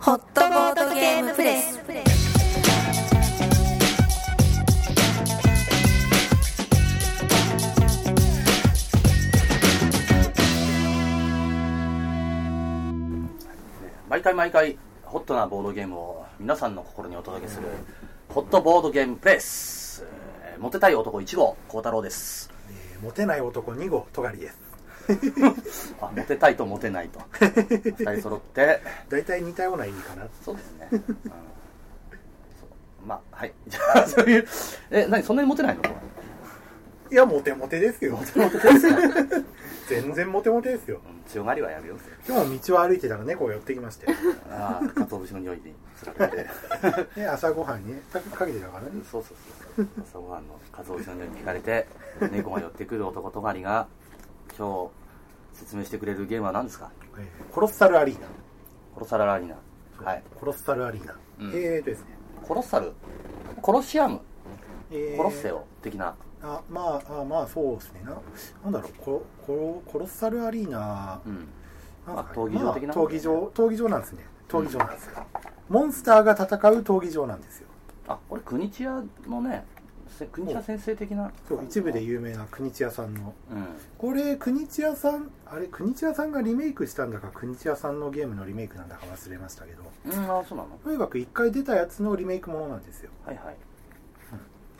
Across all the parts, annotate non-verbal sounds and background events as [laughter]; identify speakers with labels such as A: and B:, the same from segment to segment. A: ホットボードゲームプレス。
B: 毎回毎回ホットなボードゲームを皆さんの心にお届けするホットボードゲームプレス、えーモテたい男1号幸太郎です
C: えーモテない男2号とがりです
B: あモテたいとモテない [laughs] と2人揃って
C: 大体似たような意味かな
B: そうですね、うんそうまあはい [laughs] じゃあそういうえ何そんなにモテないの
C: いやモテモテですよ全然モテモテですよ
B: うん強がりはやめようぜ
C: 今日も道を歩いてたら猫が寄ってきま [laughs] して
B: ああかつお節の匂いにつられて
C: ね朝ごはんにねかけてたからね
B: [laughs] そうそうそうそう朝ごはんのかつお節の匂いに聞かれて猫が寄ってくる男とがりが今日説明してくれるゲームは何ですか
C: えーコロッサルアリーナ
B: 殺されるアリーナはい
C: コロッサルアリーナ、
B: うん
C: えーとですね
B: 殺さるコロシアム
C: えー
B: コロッセオ的な、
C: あまああまあそうですねななんだろうコロコロコロッサルアリーナ
B: うん
C: なんか
B: まあ闘技場的な
C: まあ闘技場闘技場なんですね闘技場なんですよ、モンスターが戦う闘技場なんですよ
B: あこれ国千谷のねせ国千谷先生的な
C: そう一部で有名な国千谷さんの
B: うん
C: これ国千谷さんあれ国千谷さんがリメイクしたんだか国千谷さんのゲームのリメイクなんだか忘れましたけど
B: うんあそうなの
C: とにかく一回出たやつのリメイクものなんですよ
B: はいはい、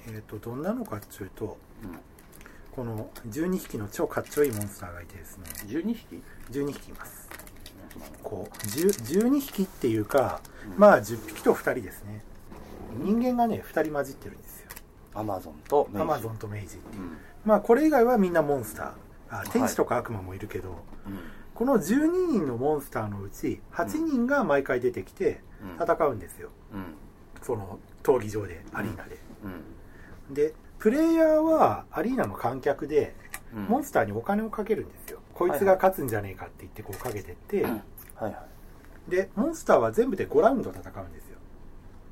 C: えっ、とどんなのかっていうと
B: う
C: この12匹の超かっちょいいモンスターがいてですね
B: ん、12匹
C: 12匹います
B: そうなの
C: こう10 12匹っていうか
B: うん
C: まあ10匹と2人ですね人間がね2人混じってるんですよ
B: アマゾンと
C: アマゾ
B: ン、
C: ンと明治っていう
B: うん
C: まあこれ以外はみんなモンスターあ天使とか悪魔もいるけど、
B: うん
C: この12人のモンスターのうち8人が毎回出てきて
B: うん
C: 戦うんですよ、
B: うん
C: その闘技場でアリーナで、
B: うん
C: でプレイヤーはアリーナの観客で
B: うん
C: モンスターにお金をかけるんですよ、こいつが勝つんじゃねえかって言ってこうかけてって、
B: うんはいはい、
C: でモンスターは全部で5ラウンド戦うんですよ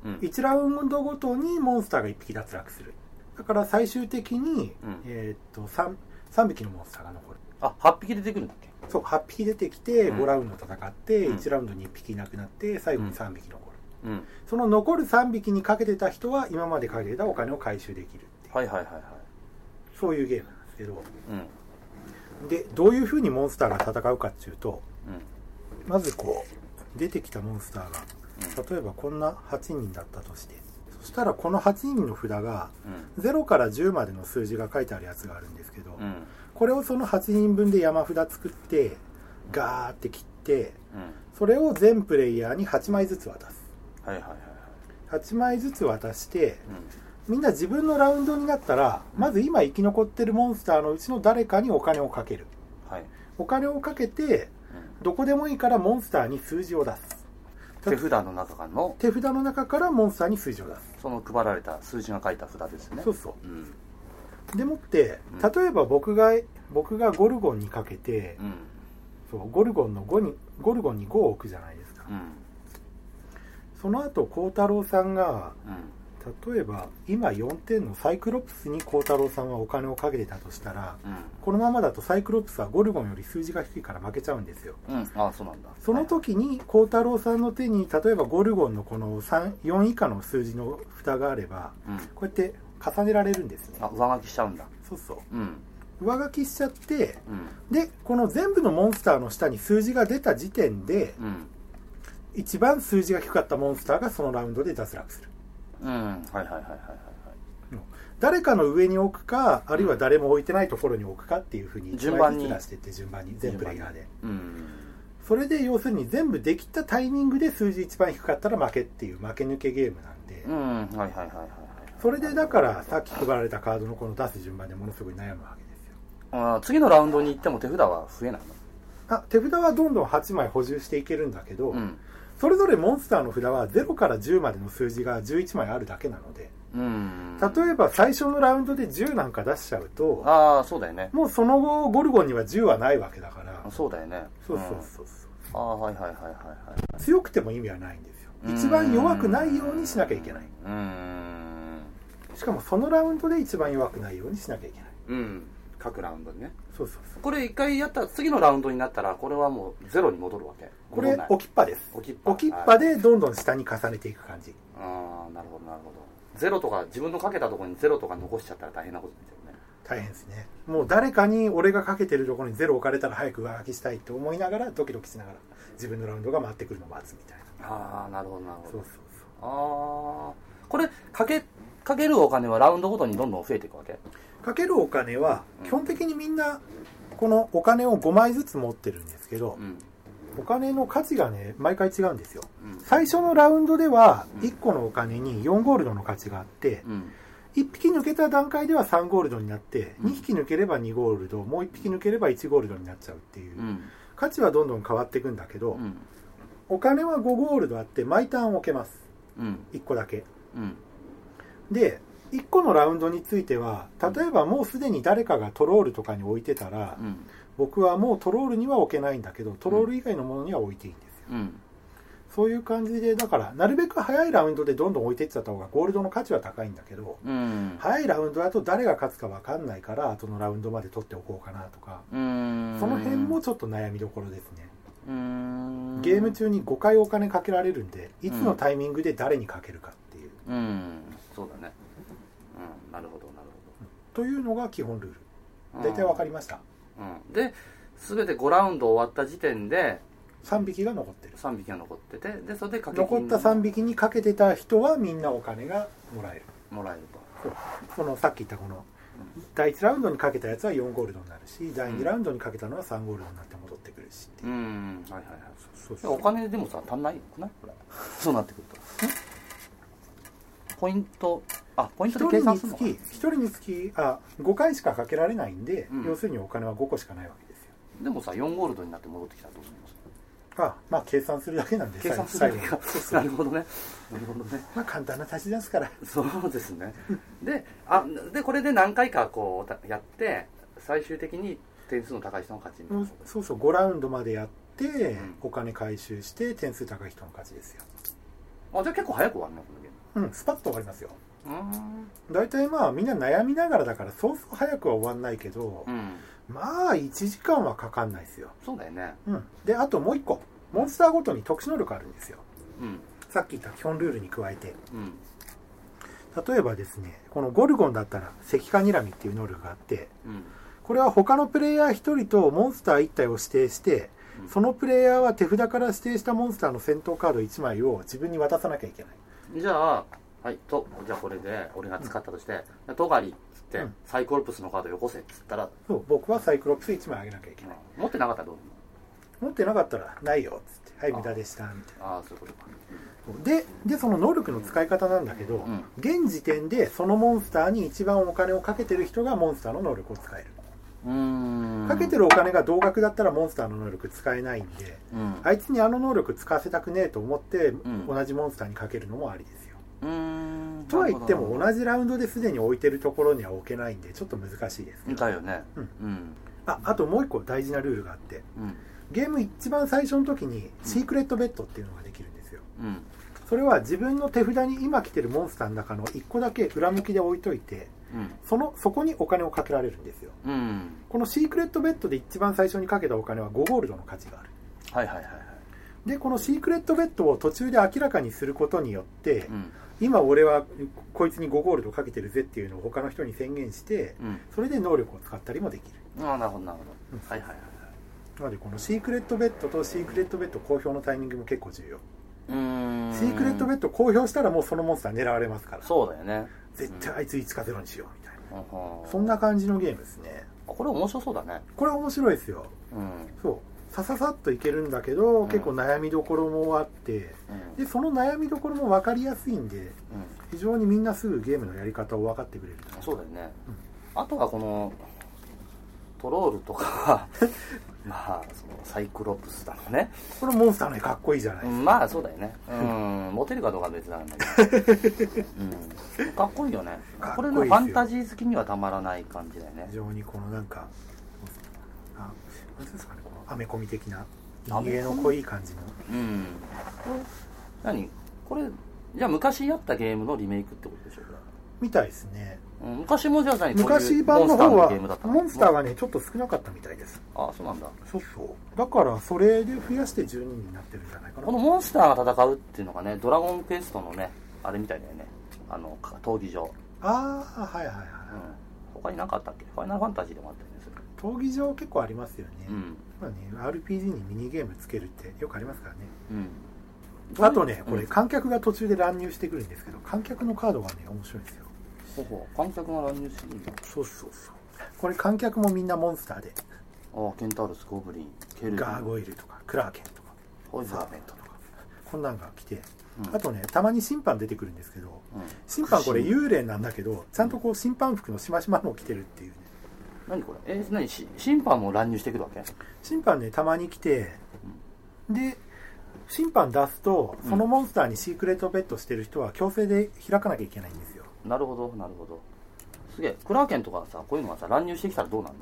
B: うん
C: 1ラウンドごとにモンスターが1匹脱落するだから最終的に、
B: うん
C: えーっと 3, 3匹のモンスターが残る
B: あ8匹出てくるんだっけ
C: そう8匹出てきて
B: うん
C: 5ラウンド戦って、
B: うん
C: 1ラウンドに1匹いなくなって最後に3匹残る、
B: うん
C: その残る3匹にかけてた人は今までかけてたお金を回収できるっていう、
B: はいはいはいはい
C: そういうゲームなんですけど
B: うん
C: でどういうふうにモンスターが戦うかっていうと
B: うん
C: まずこう出てきたモンスター
B: う
C: が例えばこんな8人だったとしてそしたらこの8人の札が
B: うん
C: 0から10までの数字が書いてあるやつがあるんですけど、
B: うん
C: これをその8人分で山札作ってガーって切っ
B: う
C: て
B: ん
C: それを全プレイヤーに8枚ずつ渡す
B: はいはいはいはい
C: 8枚ずつ渡して
B: うん
C: みんな自分のラウンドになったらまず今生き残ってるモンスターのうちの誰かにお金をかける
B: はい、
C: お金をかけて
B: うん
C: どこでもいいからモンスターに数字を出す
B: 手札の中からの
C: 手札の中からモンスターに数字を出す
B: その配られた数字が書いた札ですね
C: そうそ
B: うん
C: うでもって
B: うん
C: 例えば僕が僕がゴルゴンにかけて
B: うん
C: そうゴルゴンの5にゴルゴンに5を置くじゃないですか
B: うん
C: その後孝太郎さんが
B: うん
C: 例えば今4点のサイクロプスに孝太郎さんはお金をかけてたとしたら
B: う
C: このままだとサイクロプスはゴルゴンより数字が低いから負けちゃうんですよ
B: んうんあそうなんだ
C: その時に孝太郎さんの手に例えばゴルゴンのこの3 4以下の数字の蓋があれば
B: はいはい
C: こうやって重ねられるんですね
B: うんあ上書きしちゃうんだ
C: そうそう
B: うん
C: 上書きしちゃって
B: うん
C: でこの全部のモンスターの下に数字が出た時点で
B: うん
C: 一番数字が低かったモンスターがそのラウンドで脱落する
B: うんはいはいはいはいはいは
C: 誰かの上に置くかあるいは誰も置いてないところに置くかっていうふうに
B: 順番に
C: 一枚ずつ出してって順番に全プレイヤーで
B: いうん
C: それで要するに全部できたタイミングで数字一番低かったら負けっていう負け抜けゲームなんで、
B: うんはいはいはいはいはい
C: それでだからさっき配られたカードのこの出す順番でものすごい悩むわけですよ
B: あー次のラウンドに行っても手札は増えないの
C: あ手札はどんどん8枚補充していけるんだけど、
B: うん
C: それぞれモンスターの札は0から10までの数字が11枚あるだけなので
B: うん
C: 例えば最初のラウンドで10なんか出しちゃうと
B: ああそうだよね
C: もうその後ゴルゴンには10はないわけだから
B: そうだよね
C: そうそう
B: うん
C: そうそう
B: ああはいはいはいはいはい
C: 強くても意味はないんですよ
B: うん
C: 一番弱くないようにしなきゃいけない
B: うん
C: しかもそのラウンドで一番弱くないようにしなきゃいけない
B: うん
D: 各ラウンドにね
C: そうそうそう
B: これ一回やったら次のラウンドになったらこれはもうゼロに戻るわけ
C: これ
B: 戻んない
C: 置きっぱです
D: 置きっぱ
C: 置きっぱでどんどん下に重ねていく感じ
B: ああなるほどなるほどゼロとか自分のかけたところにゼロとか残しちゃったら大変なことですよね
C: 大変ですねもう誰かに俺がかけてるところにゼロ置かれたら早く上書きしたいと思いながらドキドキしながら自分のラウンドが回ってくるのを待つみたいな
B: ああなるほどなるほ
C: そう
B: ど
C: そうそ
B: ああこれかけかけるお金はラウンドごとにどんどん増えていくわけ
C: うかけるお金は
B: うん
C: 基本的にみんなこのお金を5枚ずつ持ってるんですけど
B: うん
C: お金の価値がね毎回違うんですよ
B: うん
C: 最初のラウンドでは
B: うん
C: 1個のお金に4ゴールドの価値があって
B: うん
C: 1匹抜けた段階では3ゴールドになって
B: うん
C: 2匹抜ければ2ゴールドもう1匹抜ければ1ゴールドになっちゃうっていううん価値はどんどん変わっていくんだけど、
B: うん
C: お金は5ゴールドあって毎ターン置けます
B: うん
C: 1個だけ
B: うん
C: で1個のラウンドについては例えばもうすでに誰かがトロールとかに置いてたら
B: うん
C: 僕はもうトロールには置けないんだけどトロール以外のものには置いていいんですよ
B: うん
C: そういう感じでだからなるべく早いラウンドでどんどん置いていっちゃった方がゴールドの価値は高いんだけど
B: うん
C: 早いラウンドだと誰が勝つか分かんないから後のラウンドまで取っておこうかなとか
B: うん
C: その辺もちょっと悩みどころですね
B: うん
C: ゲーム中に5回お金かけられるんでいつのタイミングで誰にかけるかっていう
B: うんそうだねうんなるほどなる
C: というのが基本ルール
B: ほど
C: 大体わかり
B: ま
C: ました
B: すで全て5ラウンド終わった時点で
C: 3匹が残ってる
B: 3匹が残っててでそれで掛け
C: 残
B: 金
C: った3匹にかけてた人はみんなお金がもらえる
B: もらえると
C: そのさっき言ったこの第1ラウンドにかけたやつは4ゴールドになるし第
B: うん
C: 2ラウンドにかけたのは3ゴールドになって戻ってくるしっていううん
B: はいはいはい
C: そう
B: お金でもさ足んないくないこれそうなってくるとポイントあポイントで計
C: 1
B: 算
C: 人に
B: する
C: つ
B: の
C: き
B: か
C: 1人につきあ5回しかかけられないんで、
B: うん
C: 要するにお金は5個しかないわけですよ
B: でもさ4ゴールドになって戻ってきたらどうします
C: あまあ計算するだけなんで
B: 計算す
C: 最
B: る
C: 後
B: か
C: 最
B: [laughs] なるほ
C: 後
B: どねなるほどね
C: まあ簡単な足しですから
B: そうですねであでこれで何回かこうやって最終的に点数の高い人の勝ちみたい
C: も
B: な
C: うそうそう5ラウンドまでやって、
B: ん
C: お金回収して点数高い人の勝ちですよ
B: あじゃあ結構早く終わるねこのゲ
C: うんスパッと終わりますよ
B: ーム
C: 大体まあみんな悩みながらだからそうそう早くは終わんないけど、
B: うーんうん
C: まあ1時間はかかんないですよ
B: そうだよね
C: うんであともう1個モンスターごとに特殊能力あるんですよ
B: うん
C: さっき言った基本ルールに加えて
B: うん
C: 例えばですねこのゴルゴンだったら石化睨みっていう能力があって
B: うん
C: これは他のプレイヤー1人とモンスター1体を指定して
B: うん
C: そのプレイヤーは手札から指定したモンスターの戦闘カード1枚を自分に渡さなきゃいけない
B: じゃあ、はい、と、じゃあこれで、俺が使ったとして、トガリっつって、
C: うん
B: サイコロプスのカードよこせっつったら、
C: そう僕はサイクロプス1枚あげなきゃいけない
B: 持ってなかったらどう
C: 持ってなかったらないよっつってはい
B: あ
C: 無駄でしたみたいな
B: ああ、そういうことか。
C: ででその能力の使い方なんだけど、
B: うん
C: 現時点でそのモンスターに一番お金をかけてる人がモンスターの能力を使える、
B: うーん。
C: かけて
B: る。
C: るお金が同額だったらモンスターの能力使えないんで
B: うん。
C: あいつにあの能力使わせたくねえと思って、
B: ん
C: 同じモンスターにかけるのもありですよ
B: うーん。
C: とは言っても
B: じ。
C: 同じラウンドですでに置いてるところには置けないんでちょっと難しいですけど
B: だよね。
C: うん
B: うん。
C: ああともう一個大事なルールがあって
B: うん。
C: ゲーム一番最初の時にシークレットベッドっていうのができるんですよ
B: うん。
C: それは自分の手札に今来てるモンスターの中の1個だけ裏向きで置いといて
B: うん。
C: そのそこにお金をかけられるんですよ
B: うん。
C: このシークレットベッドで一番最初にかけたお金は5ゴールドの価値がある
B: はいはいはいはい。
C: でこのシークレットベッドを途中で明らかにすることによって
B: うん。
C: 今俺はこいつに5ゴールドかけてるぜっていうのを他の人に宣言して
B: う
C: それで能力を使ったりもできる
B: ん。ああ、なるほどなるほ
C: うん
B: ど。はいはいはいはい。
C: なのでこのシークレットベッドとシークレットベッド公表のタイミングも結構重要
B: うーん。
C: シークレットベッド公表したらもうそのモンスター狙われますから
B: そうだよね。
C: 絶対あいつ1か0にしようみたいな
B: うんほ
C: そんな感じのゲームですね
B: あこれ面白そうだね。
C: これ面白いですよ
B: うん。
C: そうさささっといけるんだけど、
B: ん
C: 結構悩みどころもあって
B: うん。
C: でその悩みどころも分かりやすいんで
B: うん。
C: 非常にみんなすぐゲームのやり方を分かってくれる
B: そうだよね、あとはこのトロールとか [laughs] まあそのサイクロプスだのね、
C: これモンスターの絵かっこいいじゃない、
B: うんまあそうだよねうんモテるかどうかは別なんだけど、うん、かっこいいよね
C: かっ
B: こ
C: こい
B: れ
C: い
B: の
C: ですよ
B: ファンタジー好きにはたまらない感じだよね
C: 非常にこのなんかあなんていうんですかねこのアメコミ的な
B: ア
C: 人
B: メ
C: 間
B: コミ
C: の濃い感じの
B: うんこれ何これじゃあ昔やったゲームのリメイクってことでしょこれ
C: みたいですね
B: うん昔もじゃあ何
C: 昔版の方は
B: こういうモンスターのゲームだった
C: モンスター
B: が
C: がねちょっと少なかったみたいです
B: あそうなんだ
C: そうそうだからそれで増やして12人になってるんじゃないかな
B: このモンスターが戦うっていうのがねドラゴンクエストのねあれみたいだよねあのか闘技場、
C: ああはいはいは
B: う
C: い、
B: ん、他に何かあったっけファイナルファンタジーでもあったよねそれ
C: 闘技場結構ありますよね、
B: うん
C: まあね RPG にミニゲームつけるってよくありますからね
B: うん
C: あとねこれ
B: うん
C: 観客が途中で乱入してくるんですけど観客のカードがね面白いんですよ
B: ほほ観客が乱入していいんだ
C: そうそうそうこれ観客もみんなモンスターで
B: ああケンタウルスゴブリンケルビン
C: ガーゴイルとかクラーケンとか
B: ホイザ
C: サー
B: ー
C: ペ
B: ベ
C: ン
B: ン
C: ト
B: ト
C: とかこんなんが来て
B: うん
C: あとねたまに審判出てくるんですけど
B: うん
C: 審判これ幽霊なんだけどちゃんとこう審判服のしましまのを着てるっていうね
B: 何これえ何し審判も乱入してくるわけ
C: 審判ねたまに来てで審判出すとそのモンスターにシークレットベッドしてる人は強制で開かなきゃいけないんですよ
B: なるほどなるほどすげえクラーケンとかさこういうのがさ乱入してきたらどうなんの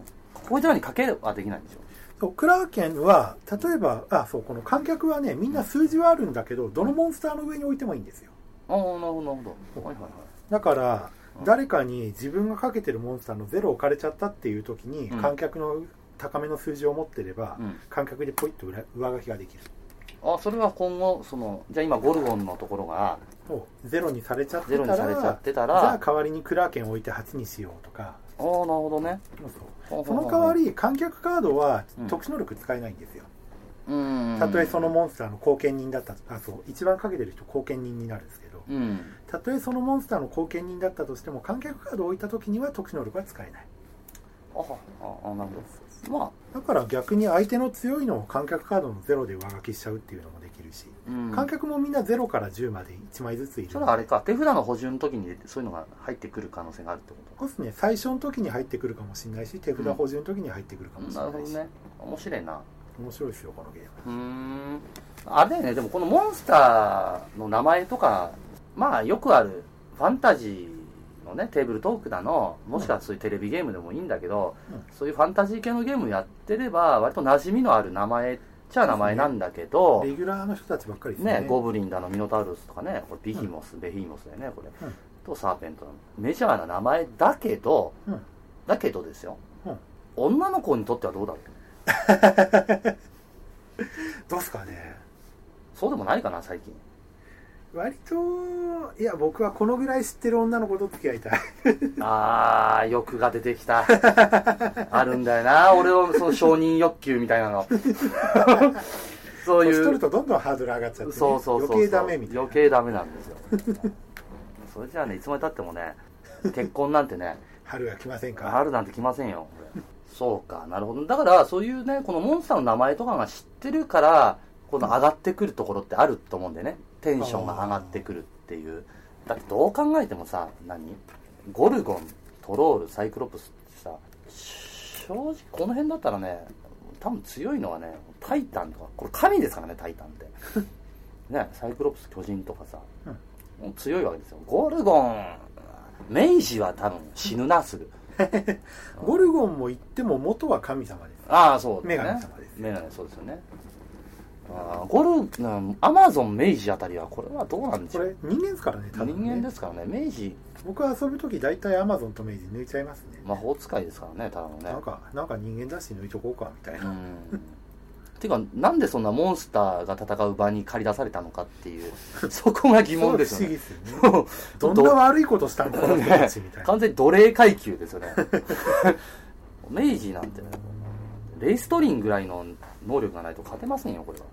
B: こいつらにかけはできないんでしょ
C: そうクラーケンは例えばあそうこの観客はねみんな数字はあるんだけどどのモンスターの上に置いてもいいんですよ
B: ああなるほどなるほどはいはいはい
C: だから
B: うん
C: 誰かに自分がかけてるモンスターのゼロ置かれちゃったっていう時に
B: うん
C: 観客の高めの数字を持ってれば
B: うん
C: 観客でポイッと裏上書きができる
B: あそれは今後そのじゃあ今ゴルゴンのところが
C: もうゼロにされちゃって
B: ゼロ
C: た
B: に
C: ら
B: されちゃってた
C: じゃ
B: ら
C: あ
B: あ
C: 代わりにクラーケン置いて8にしようとか
B: あなるほどね
C: そ
B: ほ
C: う
B: う
C: そ
B: ほうほ
C: の
B: う
C: 代わり観客カードは
B: うん
C: 特殊能力使えないんですよ
B: うん
C: たとえそのモンスターの貢献人だったあそう一番かけてる人貢献人になるんですけど
B: うん
C: たとえそのモンスターの貢献人だったとしても観客カードを置いた時には特殊能力は使えない
B: あああなるほどまあ
C: だから逆に相手の強いのを観客カードのゼロで上書きしちゃうっていうのもできるし、
B: うん
C: 観客もみんなゼロから10まで1枚ずついる
B: それはあれか手札の補充の時にそういうのが入ってくる可能性があるってこと
C: そうですね最初の時に入ってくるかもしれないし手札補充の時に入ってくるかもしれ
B: な
C: な
B: るほど
C: いし、
B: ね面白いな
C: 面白いですよこのゲーム
B: うーんあれだよねでもこのモンスターの名前とかまあよくあるファンタジーのねテーブルトークだのもしくはそういうテレビゲームでもいいんだけど、
C: うん
B: そういうファンタジー系のゲームやってれば割と馴染みのある名前っちゃ名前なんだけど
C: レギュラーの人たちばっかりですね
B: ね、ゴブリンだのミノタウルスとかねこれビヒモス、ベヒモスだよねこれ、
C: うん
B: とサーペントのメジャーな名前だけど、
C: うん
B: だけどですよ、
C: うん
B: 女の子にとってはどうだろう
C: どうすかね
B: そうでもないかな最
C: [laughs]
B: 近
C: 割といや僕はこのぐらい知ってる女の子と付き合いたい
B: あー、欲が出てき
C: [laughs]
B: た。あるんだよな、俺はその承認欲求みたいな
C: [laughs]
B: の。 [laughs] そうい
C: 年取
B: う。
C: るとどんどんハードル上がっちゃってね、
B: そうそうそうそう。
C: 余計ダメみたいな
B: 余計ダメなんですよ。それじゃあね、いつまでたってもね、結婚なんてね、
C: 春が来ませんか
B: あるなんて来ませんよ。これそうか、なるほど。だから、そういうね、このモンスターの名前とかが知ってるから、この上がってくるところってあると思うんだよね。テンションが上がってくるっていう。だってどう考えてもさ、何ゴルゴン、トロール、サイクロプスってさ、正直この辺だったらね、多分強いのはね、タイタンとか、これ神ですからね、タイタンって。ね、サイクロプス巨人とかさ、もう強いわけですよ。ゴルゴン、明治は多分死ぬな、すぐ。
C: [laughs] ゴルゴンも言っても元は神様です
B: ああそう
C: メガネ様です
B: メガネそうですよねああゴルうんアマゾン明治あたりはこれはどうなんでし
C: こ
B: ょ
C: れ
B: う
C: 人間ですからね多分
B: 人
C: ね
B: 間ですからね明治
C: 僕は遊ぶ時大体アマゾンと明治抜いちゃいますね、
B: 魔法使いですからねただのね
C: なんかなんか人間だし抜いとこうかみたいうな、
B: んてかなんでそんなモンスターが戦う場に駆り出されたのかっていう [laughs] そこが疑問ですよね
C: すごい不思議で
B: [laughs]
C: すよねどんな悪いことしたんこの人たちみたいな
B: 完全に奴隷階級ですよね [laughs] 明治なんてねレイストリンぐらいの能力がないと勝てませんよこれは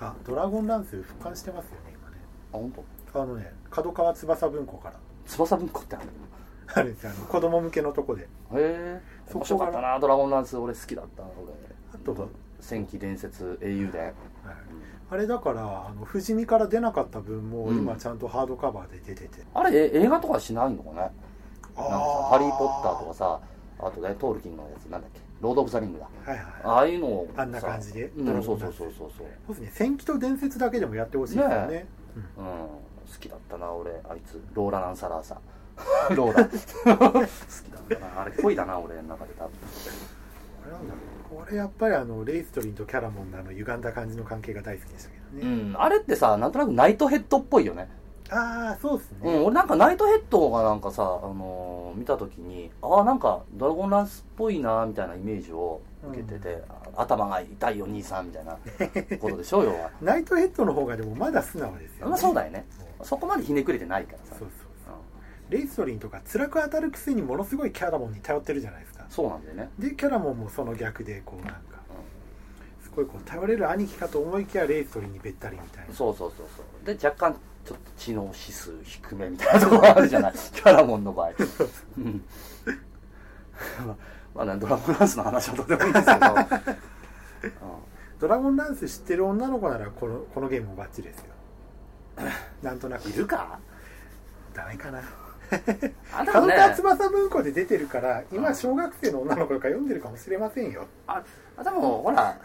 C: あドラゴンランス復刊してますよね今ね
B: あ本当。
C: あのね角川翼文庫から
B: 翼文庫ってある
C: あれですよあの子供向けのとこで
B: へえ
C: そこが
B: 面白かったなドラゴンランス俺好きだったな俺
C: あとは
B: 戦記伝説英雄伝
C: はいあれだからあの不死身から出なかった分も
B: うん
C: 今ちゃんとハードカバーで出てて、
B: あれえ映画とかしないのかねなんか
C: あ
B: さハリー・ポッターとかさあとねトールキンのやつなんだっけロード・オブ・ザ・リングだ
C: かはいはい
B: ああいうのをさ
C: あんな感じで
B: うんそうそうそうそうそう、
C: そうですね戦記と伝説だけでもやってほしいですよね
B: ね
C: うん
B: うん、好きだったな俺あいつローラ・ランサラー
C: [laughs]
B: さローラ [laughs] 好きだったなあれ恋だな俺の中で多分
C: これなんだろうこれやっぱりあのレイストリンとキャラモンのあの歪んだ感じの関係が大好きでしたけど
B: う
C: ね、
B: んあれってさなんとなくナイトヘッドっぽいよね
C: ああ、そうです
B: う
C: ね。
B: ん、俺なんかナイトヘッドがなんかさ、あのー見た時にああなんかドラゴンランスっぽいなみたいなイメージを受けてて、あ頭が痛いお兄さんみたいなことでしょう要
C: [laughs]
B: は、
C: ナイトヘッドの方がでもまだ素直ですよ、ね。
B: まあ、そうだよね
C: そ
B: そこまでひねくれてないから
C: う
B: さ
C: そうそうレイストリンとか辛く当たるくせにものすごいキャラモンに頼ってるじゃないですか。
B: そうなんだよね
C: で、キャラモンもその逆で、こうなんか、すごいこう頼れる兄貴かと思いきやレイストリンにべったりみたいな。
B: そうそうそうそうで若干ちょっと知能指数低めみたいなところあるじ
C: [laughs]
B: ゃないキャラモンの場合うんまあまあねドラゴンランスの話はどうでもいいんですけど、
C: [laughs]
B: うん
C: ドラゴンランス知ってる女の子ならこのこのゲームもバッチ
B: [laughs]
C: リですよなんとなく
B: いるか
C: ダメかな
B: あな
C: カ
B: た
C: ウン
B: ね
C: ター翼文庫で出てるから今小学生の女の子とか読んでるかもしれませんよ
B: ああでもほら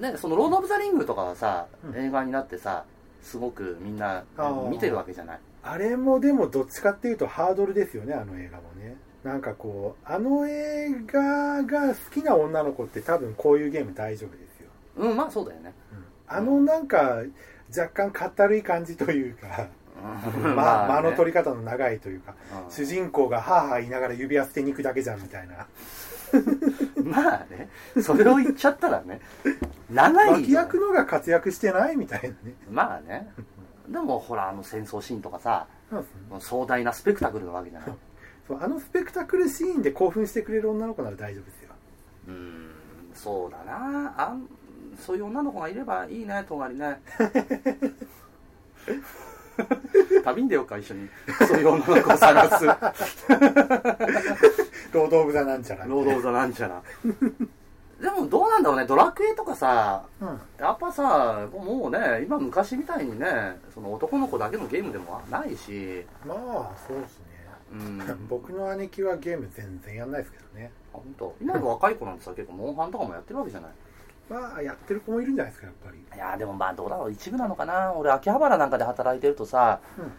B: なんかその「ロード・オブ・ザ・リング」とかはさ、
C: うん
B: 映画になってさすごくみんな
C: あー
B: 見てるわけじゃない
C: あれもでもどっちかっていうとハードルですよねあの映画もねなんかこうあの映画が好きな女の子って多分こういうゲーム大丈夫ですよ、
B: うんまあそうだよね、
C: あのなんか若干かったるい感じというか、
B: うん
C: [laughs] まあ、
B: ね
C: 間の取り方の長いというか
B: うん
C: 主人公がハーハー言いながら指輪捨てに行くだけじゃんみたいな
B: まあねそれを言っちゃったら
C: [laughs]
B: ね長いよ
C: 脇役のが活躍してないみたいなね
B: まあねでもほらあの戦争シーンとかさ
C: そうですね
B: 壮大なスペクタクルなわけじゃない
C: そうあのスペクタクルシーンで興奮してくれる女の子なら大丈夫ですよ
B: うーんそうだなあんそういう女の子がいればいいねとがりね旅に出ようか一緒にそういう女の子を探す
C: ロード・オブ・ザ・なんちゃら
B: 労働者なんちゃらでもどうなんだろうねドラクエとかさ
C: うん
B: やっぱさもうね今昔みたいにねその男の子だけのゲームでもないし
C: まあそうです
B: う
C: [laughs] ね
B: ん
C: 僕の姉貴はゲーム全然やんないですけどね
B: 本当今の若い子なんてさ結構モンハンとかもやってるわけじゃない
C: まあやってる子もいるんじゃないですかやっぱり
B: いやーでもまあどうだろう一部なのかな俺秋葉原なんかで働いてるとさ、
C: うん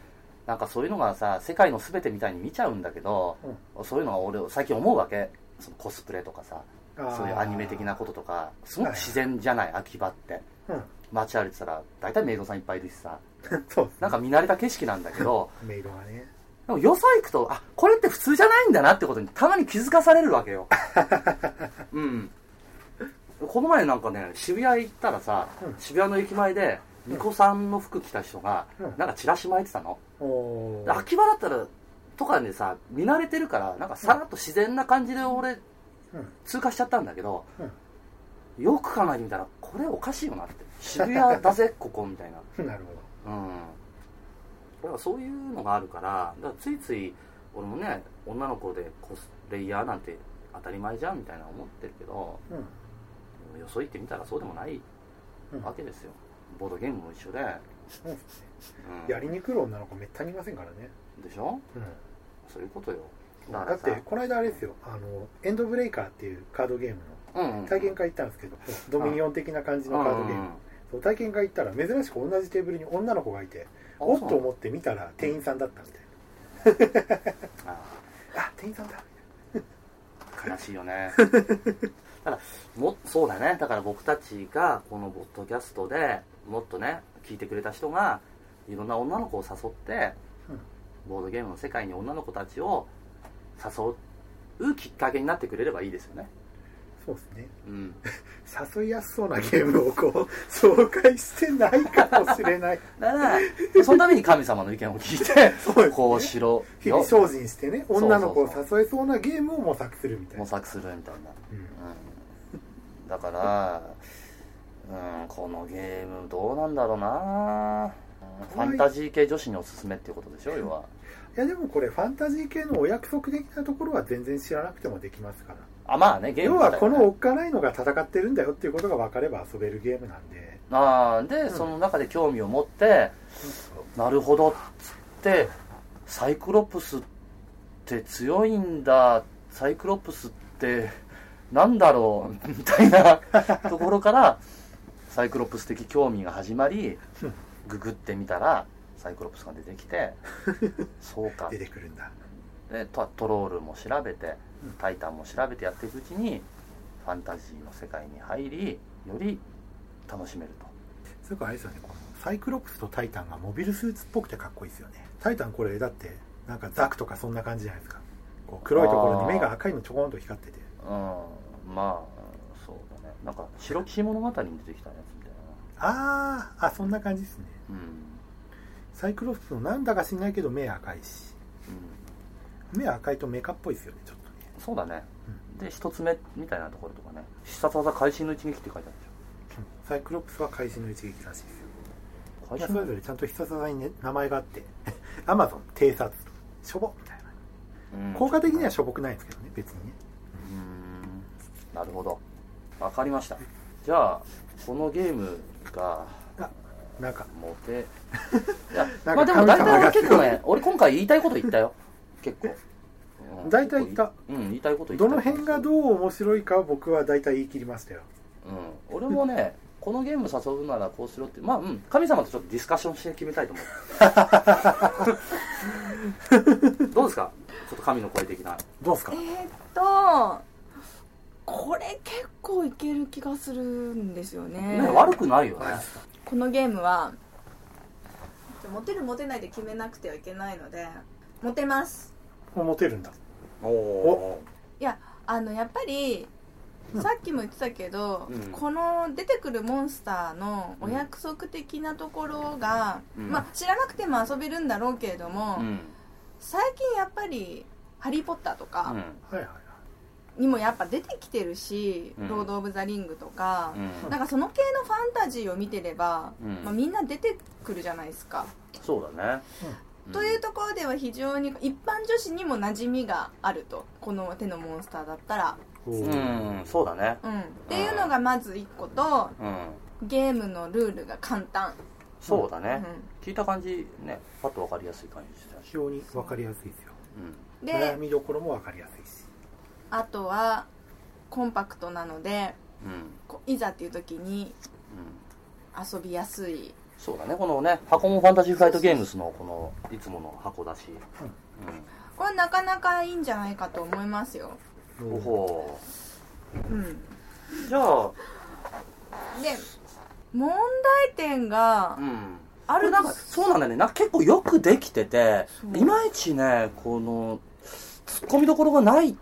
B: なんかそういうのがさ世界の全てみたいに見ちゃうんだけど、そういうのが俺最近思うわけそのコスプレとかさ
C: あー
B: そういうアニメ的なこととかすごく自然じゃない、秋葉って
C: うん
B: 街歩いてたら大体メイドさんいっぱいいるしさ
C: [laughs] そう
B: なんか見慣れた景色なんだけど
C: メイドがね
B: でもよそ行くとあこれって普通じゃないんだなってことにたまに気づかされるわけ
C: [laughs]
B: ようんこの前なんかね渋谷行ったらさ、
C: うん
B: 渋谷の駅前で巫女さんの服着た人が、
C: うん
B: なんかチラシ巻いてたの、
C: おー
B: 秋葉だったらとかでさ見慣れてるからなんかさらっと自然な感じで俺
C: うん
B: 通過しちゃったんだけど、よく考えてみたらこれおかしいよなって渋谷だぜここみたいな
C: うんなるほど
B: うんだからそういうのがあるからだからついつい俺もね女の子でコスプレイヤーなんて当たり前じゃんみたいな思ってるけど
C: うん
B: よそ行ってみたらそうでもない
C: うん
B: わけですよ、ボードゲームも一緒で、
C: そうですね
B: うん
C: やりに来る女の子めったにいませんからね
B: でしょ
C: うん
B: そういうことよだか
C: だ
B: ら
C: っ
B: さ
C: てこの間あれですよあのエンドブレイカーっていうカードゲーム
B: うんう
C: の
B: ん、
C: 体験会行ったんですけどドミニオン的な感じのカードゲーム、
B: うん
C: そう体験会行ったら珍しく同じテーブルに女の子がいて
B: うんうん
C: おっと思って見たら店員さんだったみたい
B: あ
C: なあ店員さんだ
B: そう悲しいよね [laughs] ただもそうだねだから僕たちがこのボッドキャストでもっとね聞いてくれた人がいろんな女の子を誘って、
C: うん
B: ボードゲームの世界に女の子たちを誘うきっかけになってくれればいいですよね
C: そうですね
B: うん
C: 誘いやすそうなゲームをこう [laughs] 紹介してないかもしれない
B: だ
C: [laughs]
B: からそのために神様の意見を聞いて
C: そうですね
B: こうしろ
C: 日
B: よ
C: 々精進してね
B: そうそう
C: 女の子を誘えそうなゲームを模索するみたい
B: 模
C: な
B: 索するみたいな
C: うん
B: うんだから、うん、このゲームどうなんだろうなうんファンタジー系女子におすすめっていうことでしょ要は、
C: いやでもこれファンタジー系のお約束的なところは全然知らなくてもできますから
B: あまあねゲー
C: 要
B: ム自体
C: はこ
B: ね
C: のおっかないのが戦ってるんだよっていうことが分かれば遊べるゲームなんで
B: あーで、その中で興味を持ってなるほどっつってサイクロプスって強いんだサイクロプスってなんだろうみたいなところからサイクロプス的興味が始まりググってみたらサイクロプスが出てきてそうか
C: 出てくるんだ
B: でトトロールも調べてタイタンも調べてやっていくうちにファンタジーの世界に入りより楽しめると
C: それからあれですよねこのサイクロプスとタイタンがモビルスーツっぽくてかっこいいですよねタイタンこれだってなんかザクとかそんな感じじゃないですかこう黒いところに目が赤いのちょこんと光ってて
B: うんまあそうだねなんか白騎士物語に出てきたやつみたい
C: あーあそんな感じですね
B: なうん、
C: サイクロプスのなんだか知んないけど目赤いし目赤いとメカっぽいですよねちょっとね
B: うん、そうだね、で一つ目みたいなところとかね必殺技会心の一撃って書いてあるで
C: サイクロプスは会心の一撃らしいですよ
B: しょ会
C: そ
B: 心の
C: れぞれちゃんと必殺技に、ね、名前があって [laughs] アマゾン偵察しょぼみたいな
B: うん
C: 効果的にはしょぼくないんですけどね別にね
B: うんなるほどわかりましたじゃあこのゲームが
C: あなんか
B: モ
C: [laughs]
B: テいや
C: なんか
B: まあでも大体俺
C: 神
B: 結
C: 様
B: 構
C: が
B: ね俺今回言いたいこと言ったよ結構、うん
C: 大体言った
B: うん言いたいこと言った
C: どの辺がどう面白いかは僕は大体言い切りましたよ
B: うん、俺もね、 [laughs] このゲーム誘うならこうしろって、まあ、うん、神様とちょっとディスカッションして決めたいと思う。どうですかちょっと神の声的な。
C: どうですか
A: えーっとこれ結構いける気がするんですよね
B: ね、悪くないよね。
A: このゲームはモテるモテないで決めなくてはいけないのでモテます
C: もうモテるんだ
B: お
C: お
A: いやあのやっぱりさっきも言ってたけど、
B: うん
A: この出てくるモンスターのお約束的なところが、
B: うん
A: まあ、知らなくても遊べるんだろうけれども、
B: うん。
A: 最近やっぱり「ハリー・ポッター」とか
C: はいはいはい
A: にもやっぱ出てきてるし「
B: うん
A: ロード・オブ・ザ・リング」とか
B: う、ん。
A: なんかその系のファンタジーを見てれば、
B: うん
A: まあ、みんな出てくるじゃないですか、
B: そうだね。ん
A: というところでは非常に一般女子にも馴染みがあるとこの手のモンスターだったら、
C: おー
B: うん、そうだね。
A: うん、っていうのがまず1個と
B: うん。
A: ゲームのルールが簡単、
B: そうだ
A: う
B: ね。
A: ん、
B: 聞いた感じ、ね、パッとわかりやすい感じだし。
C: 非常に分かりやすいですよ
B: うん。
A: で
C: 悩みどころも分かりやすいし
A: あとはコンパクトなので
B: うん。うん。
A: こういざっていう時に遊びやすい
B: そうだね。このね、箱もファンタジーフライトゲームスのこの、いつもの箱だし。うん。
A: これなかなかいいんじゃないかと思いますよ、
B: おほ
A: うん、
B: じゃあ、
A: で問題点が
B: うん。
A: あ
B: あれ
A: る [laughs]
B: なんか、そうなんだよね。なんか結構よくできてて
A: そ、う
B: いまいちね、この、突っ込みどころがないって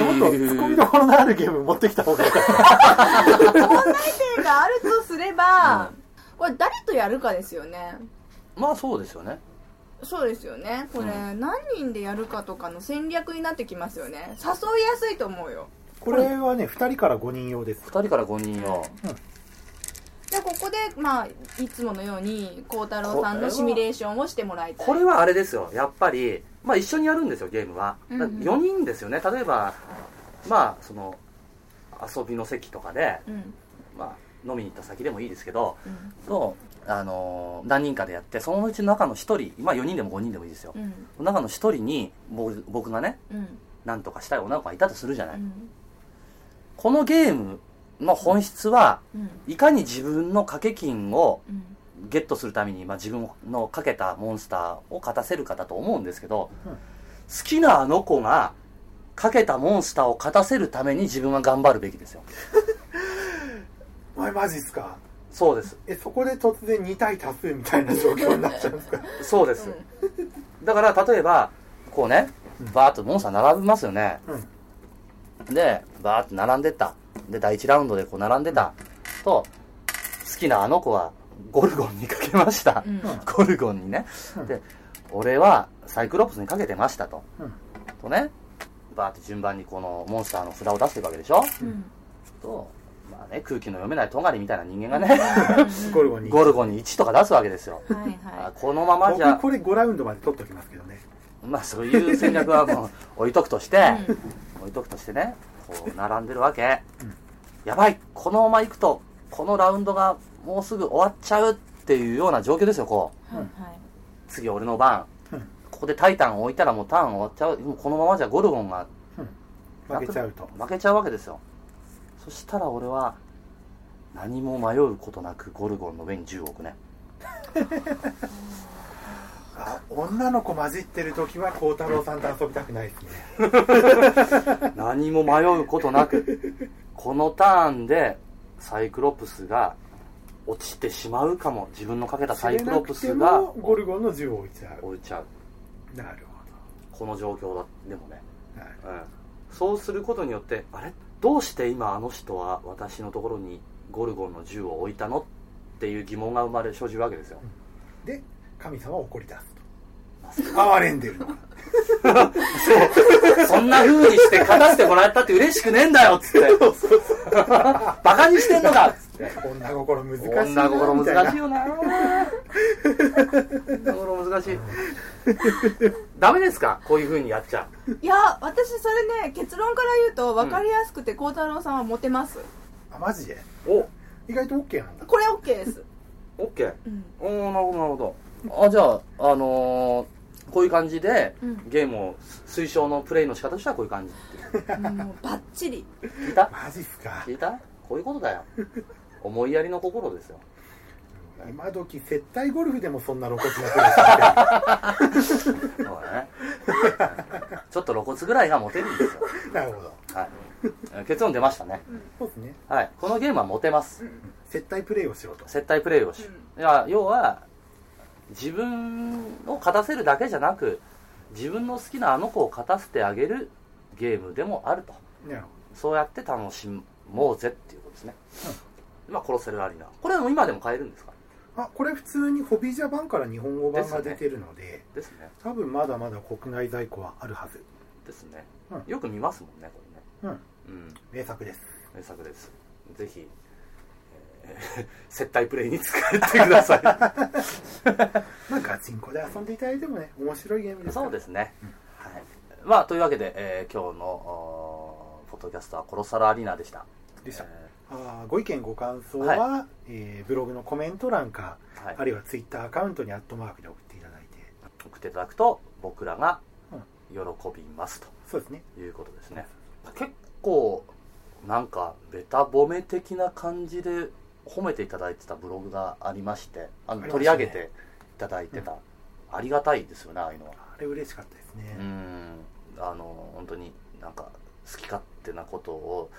C: もっと
B: い
C: ツッコミ
B: う。
C: どころのあるゲーム持ってきた方がいい [laughs]
A: 点があるとすれば、これ誰とやるかですよね
B: まあそうですよね。
A: そうですよねこれ、
B: う
A: 何人でやるかとかの戦略になってきますよね誘いやすいと思うよ
C: これはね2人から5人用です
B: 二人から五人よ。
A: でここでまあいつものように孝太郎さんのシミュレーションをしてもらいたい
B: これはあれですよ。やっぱり、まあ一緒にやるんですよ、ゲームは。
A: うんうん
B: 4人ですよね。例えば、まあ、その、遊びの席とかで、
A: うん
B: まあ、飲みに行った先でもいいですけど、
A: うん
B: の、あのー何人かでやって、そのうちの中の一人、まあ4人でも5人でもいいですよ
A: う。ん
B: 中の一人に僕僕がね
A: うん
B: なんとかしたい女の子がいたとするじゃな
A: う
B: い、
A: ん
B: このゲームの本質は
A: うん
B: いかに自分の賭け金を
A: うん
B: ゲットするために、まあ、自分の賭けたモンスターを勝たせるかだと思うんですけど、
C: うん
B: 好きなあの子が賭けたモンスターを勝たせるために自分は頑張るべきですよ
C: お前マジっすか
B: そうです
C: えそこで突然2対多数みたいな状況になっちゃうん [laughs] ですか
B: そうです、だから例えばこうねバーッとモンスター並びますよね、
C: うん
B: でバーッと並んでったで第1ラウンドでこう並んでた、と好きなあの子はゴルゴンにかけました、
A: うん
B: ゴルゴンにね、
C: うん
B: で俺はサイクロプスにかけてましたと、
C: うん
B: とねバーッと順番にこのモンスターの札を出していくわけでしょ
A: うん
B: とまあね空気の読めない尖りみたいな人間がね
C: ゴルゴ
B: [laughs]
C: に
B: ゴルゴンに1とか出すわけですよ、
A: はい
B: あ [laughs]
A: は
B: このままじゃ
C: 僕これ5ラウンドまで取っときますけどね
B: まあそういう戦略はもう置いとくとして、
A: い、うん
B: 置いとくとしてねこう並んでるわけ、
C: うん
B: やばいこのまま行くとこのラウンドがもうすぐ終わっちゃうっていうような状況ですよこう
A: はいはい
B: 次俺の番、
C: うん
B: ここでタイタンを置いたらもうターン終わっちゃうもうこのままじゃゴルゴンが
C: 負けちゃうと
B: 負けちゃうわけですよそしたら俺は何も迷うことなくゴルゴンの上に10億
C: [laughs]
B: ね
C: あ女の子混じってる時は孝太郎さんと遊びたくないですね
B: 何も迷うことなく、このターンでサイクロプスが落ちてしまうかも自分のかけたサ
C: 釣
B: イ
C: れ
B: ク
C: な
B: ロプ
C: く
B: ス
C: て
B: が
C: もゴルゴンの銃を置いちゃう
B: 置いちゃう
C: なる
B: この状況だでもね、
C: ほどなる
B: うん、そうすることによってあれどうして今あの人は私のところにゴルゴンの銃を置いたのっていう疑問が生まれ生じるわけですよ
C: で神様は怒り出すと哀れんでるのが
B: [laughs] そんな風にして勝たせてもらったって嬉しくねえんだ [laughs] よっつって。バカにしてんのかっつって。
C: 女心難しいな
B: 女心
C: みたいな
B: 難しいよな。女心難しい。ダメですかこういう風にやっちゃう。
A: いや私それね結論から言うと分かりやすくて孝太郎さんはモテます、
C: あマジで
B: お、
C: 意外と OK なんだ
A: これ OK です、
B: オッケー。
A: うん、
B: おー、なるほど、なるほど。あ、じゃあ、あのーこういう感じで、
A: うん
B: ゲームを推奨のプレイの仕方としてはこういう感じって
A: もうバッチリ
B: 聞いた
C: マジっすか
B: 聞いたこういうことだよ。思いやりの心ですよ。
C: 今時接待ゴルフでもそんな露骨なプレーし
B: そ
C: て
B: うだね。ちょっと露骨ぐらいがモテるんですよ。
C: るなるほど
B: はい。結論出ましたね。
C: そうですね
B: はい。このゲームはモテます。
C: 接待プレーをしろと
B: 接待プレイをし。いや、要は、自分を勝たせるだけじゃなく、自分の好きなあの子を勝たせてあげるゲームでもあると。
C: なるほ
B: そうやって楽しもうぜっていうことですね。まあ、殺せるアリーナ。これはもう今でも買えるんですか
C: どあこれ普通にホビージャパンから日本語版が出てるので
B: ですね。
C: 多分まだまだ国内在庫はあるはず
B: ですね
C: うん。
B: よく見ますもんね、これね。うん。
C: 名作です
B: 名作です。ぜひ、えー [laughs] 接待プレイに使ってください。
C: まあガチンコで遊んでいただいてもね面白いゲームです
B: そうですすね。はい。まあ、というわけで、えー今日の、おーポッドキャストはコロサルアリーナでした。
C: でした
B: え
C: あーご意見ご感想は、えーブログのコメント欄か、
B: ーはい
C: あるいはツイッターアカウントにアットマークで送っていただいて
B: 送っていただくと、僕らが
C: うん
B: 喜びます
C: そうですね
B: ということですね。結構、なんか、ベタ褒め的な感じで褒めていただいてたブログがありまして、あの
C: ありま
B: 取り
C: した
B: 上
C: ね
B: げていただいてた、ありがたいですよね、ああいうのは。
C: あれ嬉しかったですね、
B: うんあの本当になんか好き勝手なことを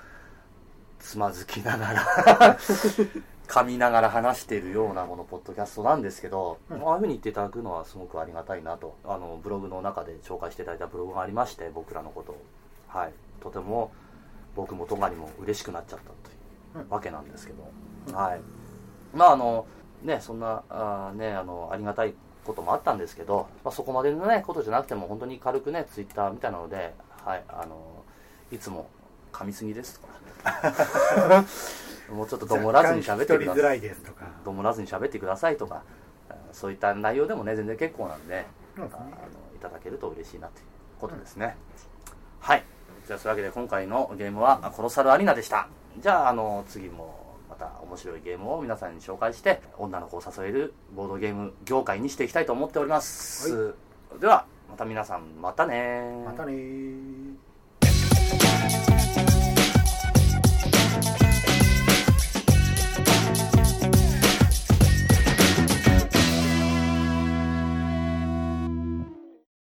B: つまずきなが
C: [laughs]
B: ら噛みながら話しているようなこのポッドキャストなんですけど、
C: うん
B: ああいうふうに言っていただくのはすごくありがたいなとあのブログの中で紹介していただいたブログがありまして僕らのことを、はい、とても僕も戸狩も嬉しくなっちゃったといううんわけなんですけど、
C: うん
B: はいまああのねそんなあーねあのありがたいこともあったんですけど、まあ、そこまでのねことじゃなくても本当に軽くねツイッターみたいなのではいあのいつも噛みすぎですとか [laughs] もうちょっとどもらずに喋ってくだ
C: 若干聞き取りづ
B: さ
C: ら
B: い
C: いですとか
B: どもらずに喋ってくださいとかあーそういった内容でもね全然結構なんで
C: そうで
B: あ
C: すね
B: のいただけると嬉しいなということですね、はいじゃあそういうわけで今回のゲームは「殺さるアリーナ」でしたじゃああの次もまた面白いゲームを皆さんに紹介して女の子を誘えるボードゲーム業界にしていきたいと思っております、ではまた皆さんまたね
C: またねー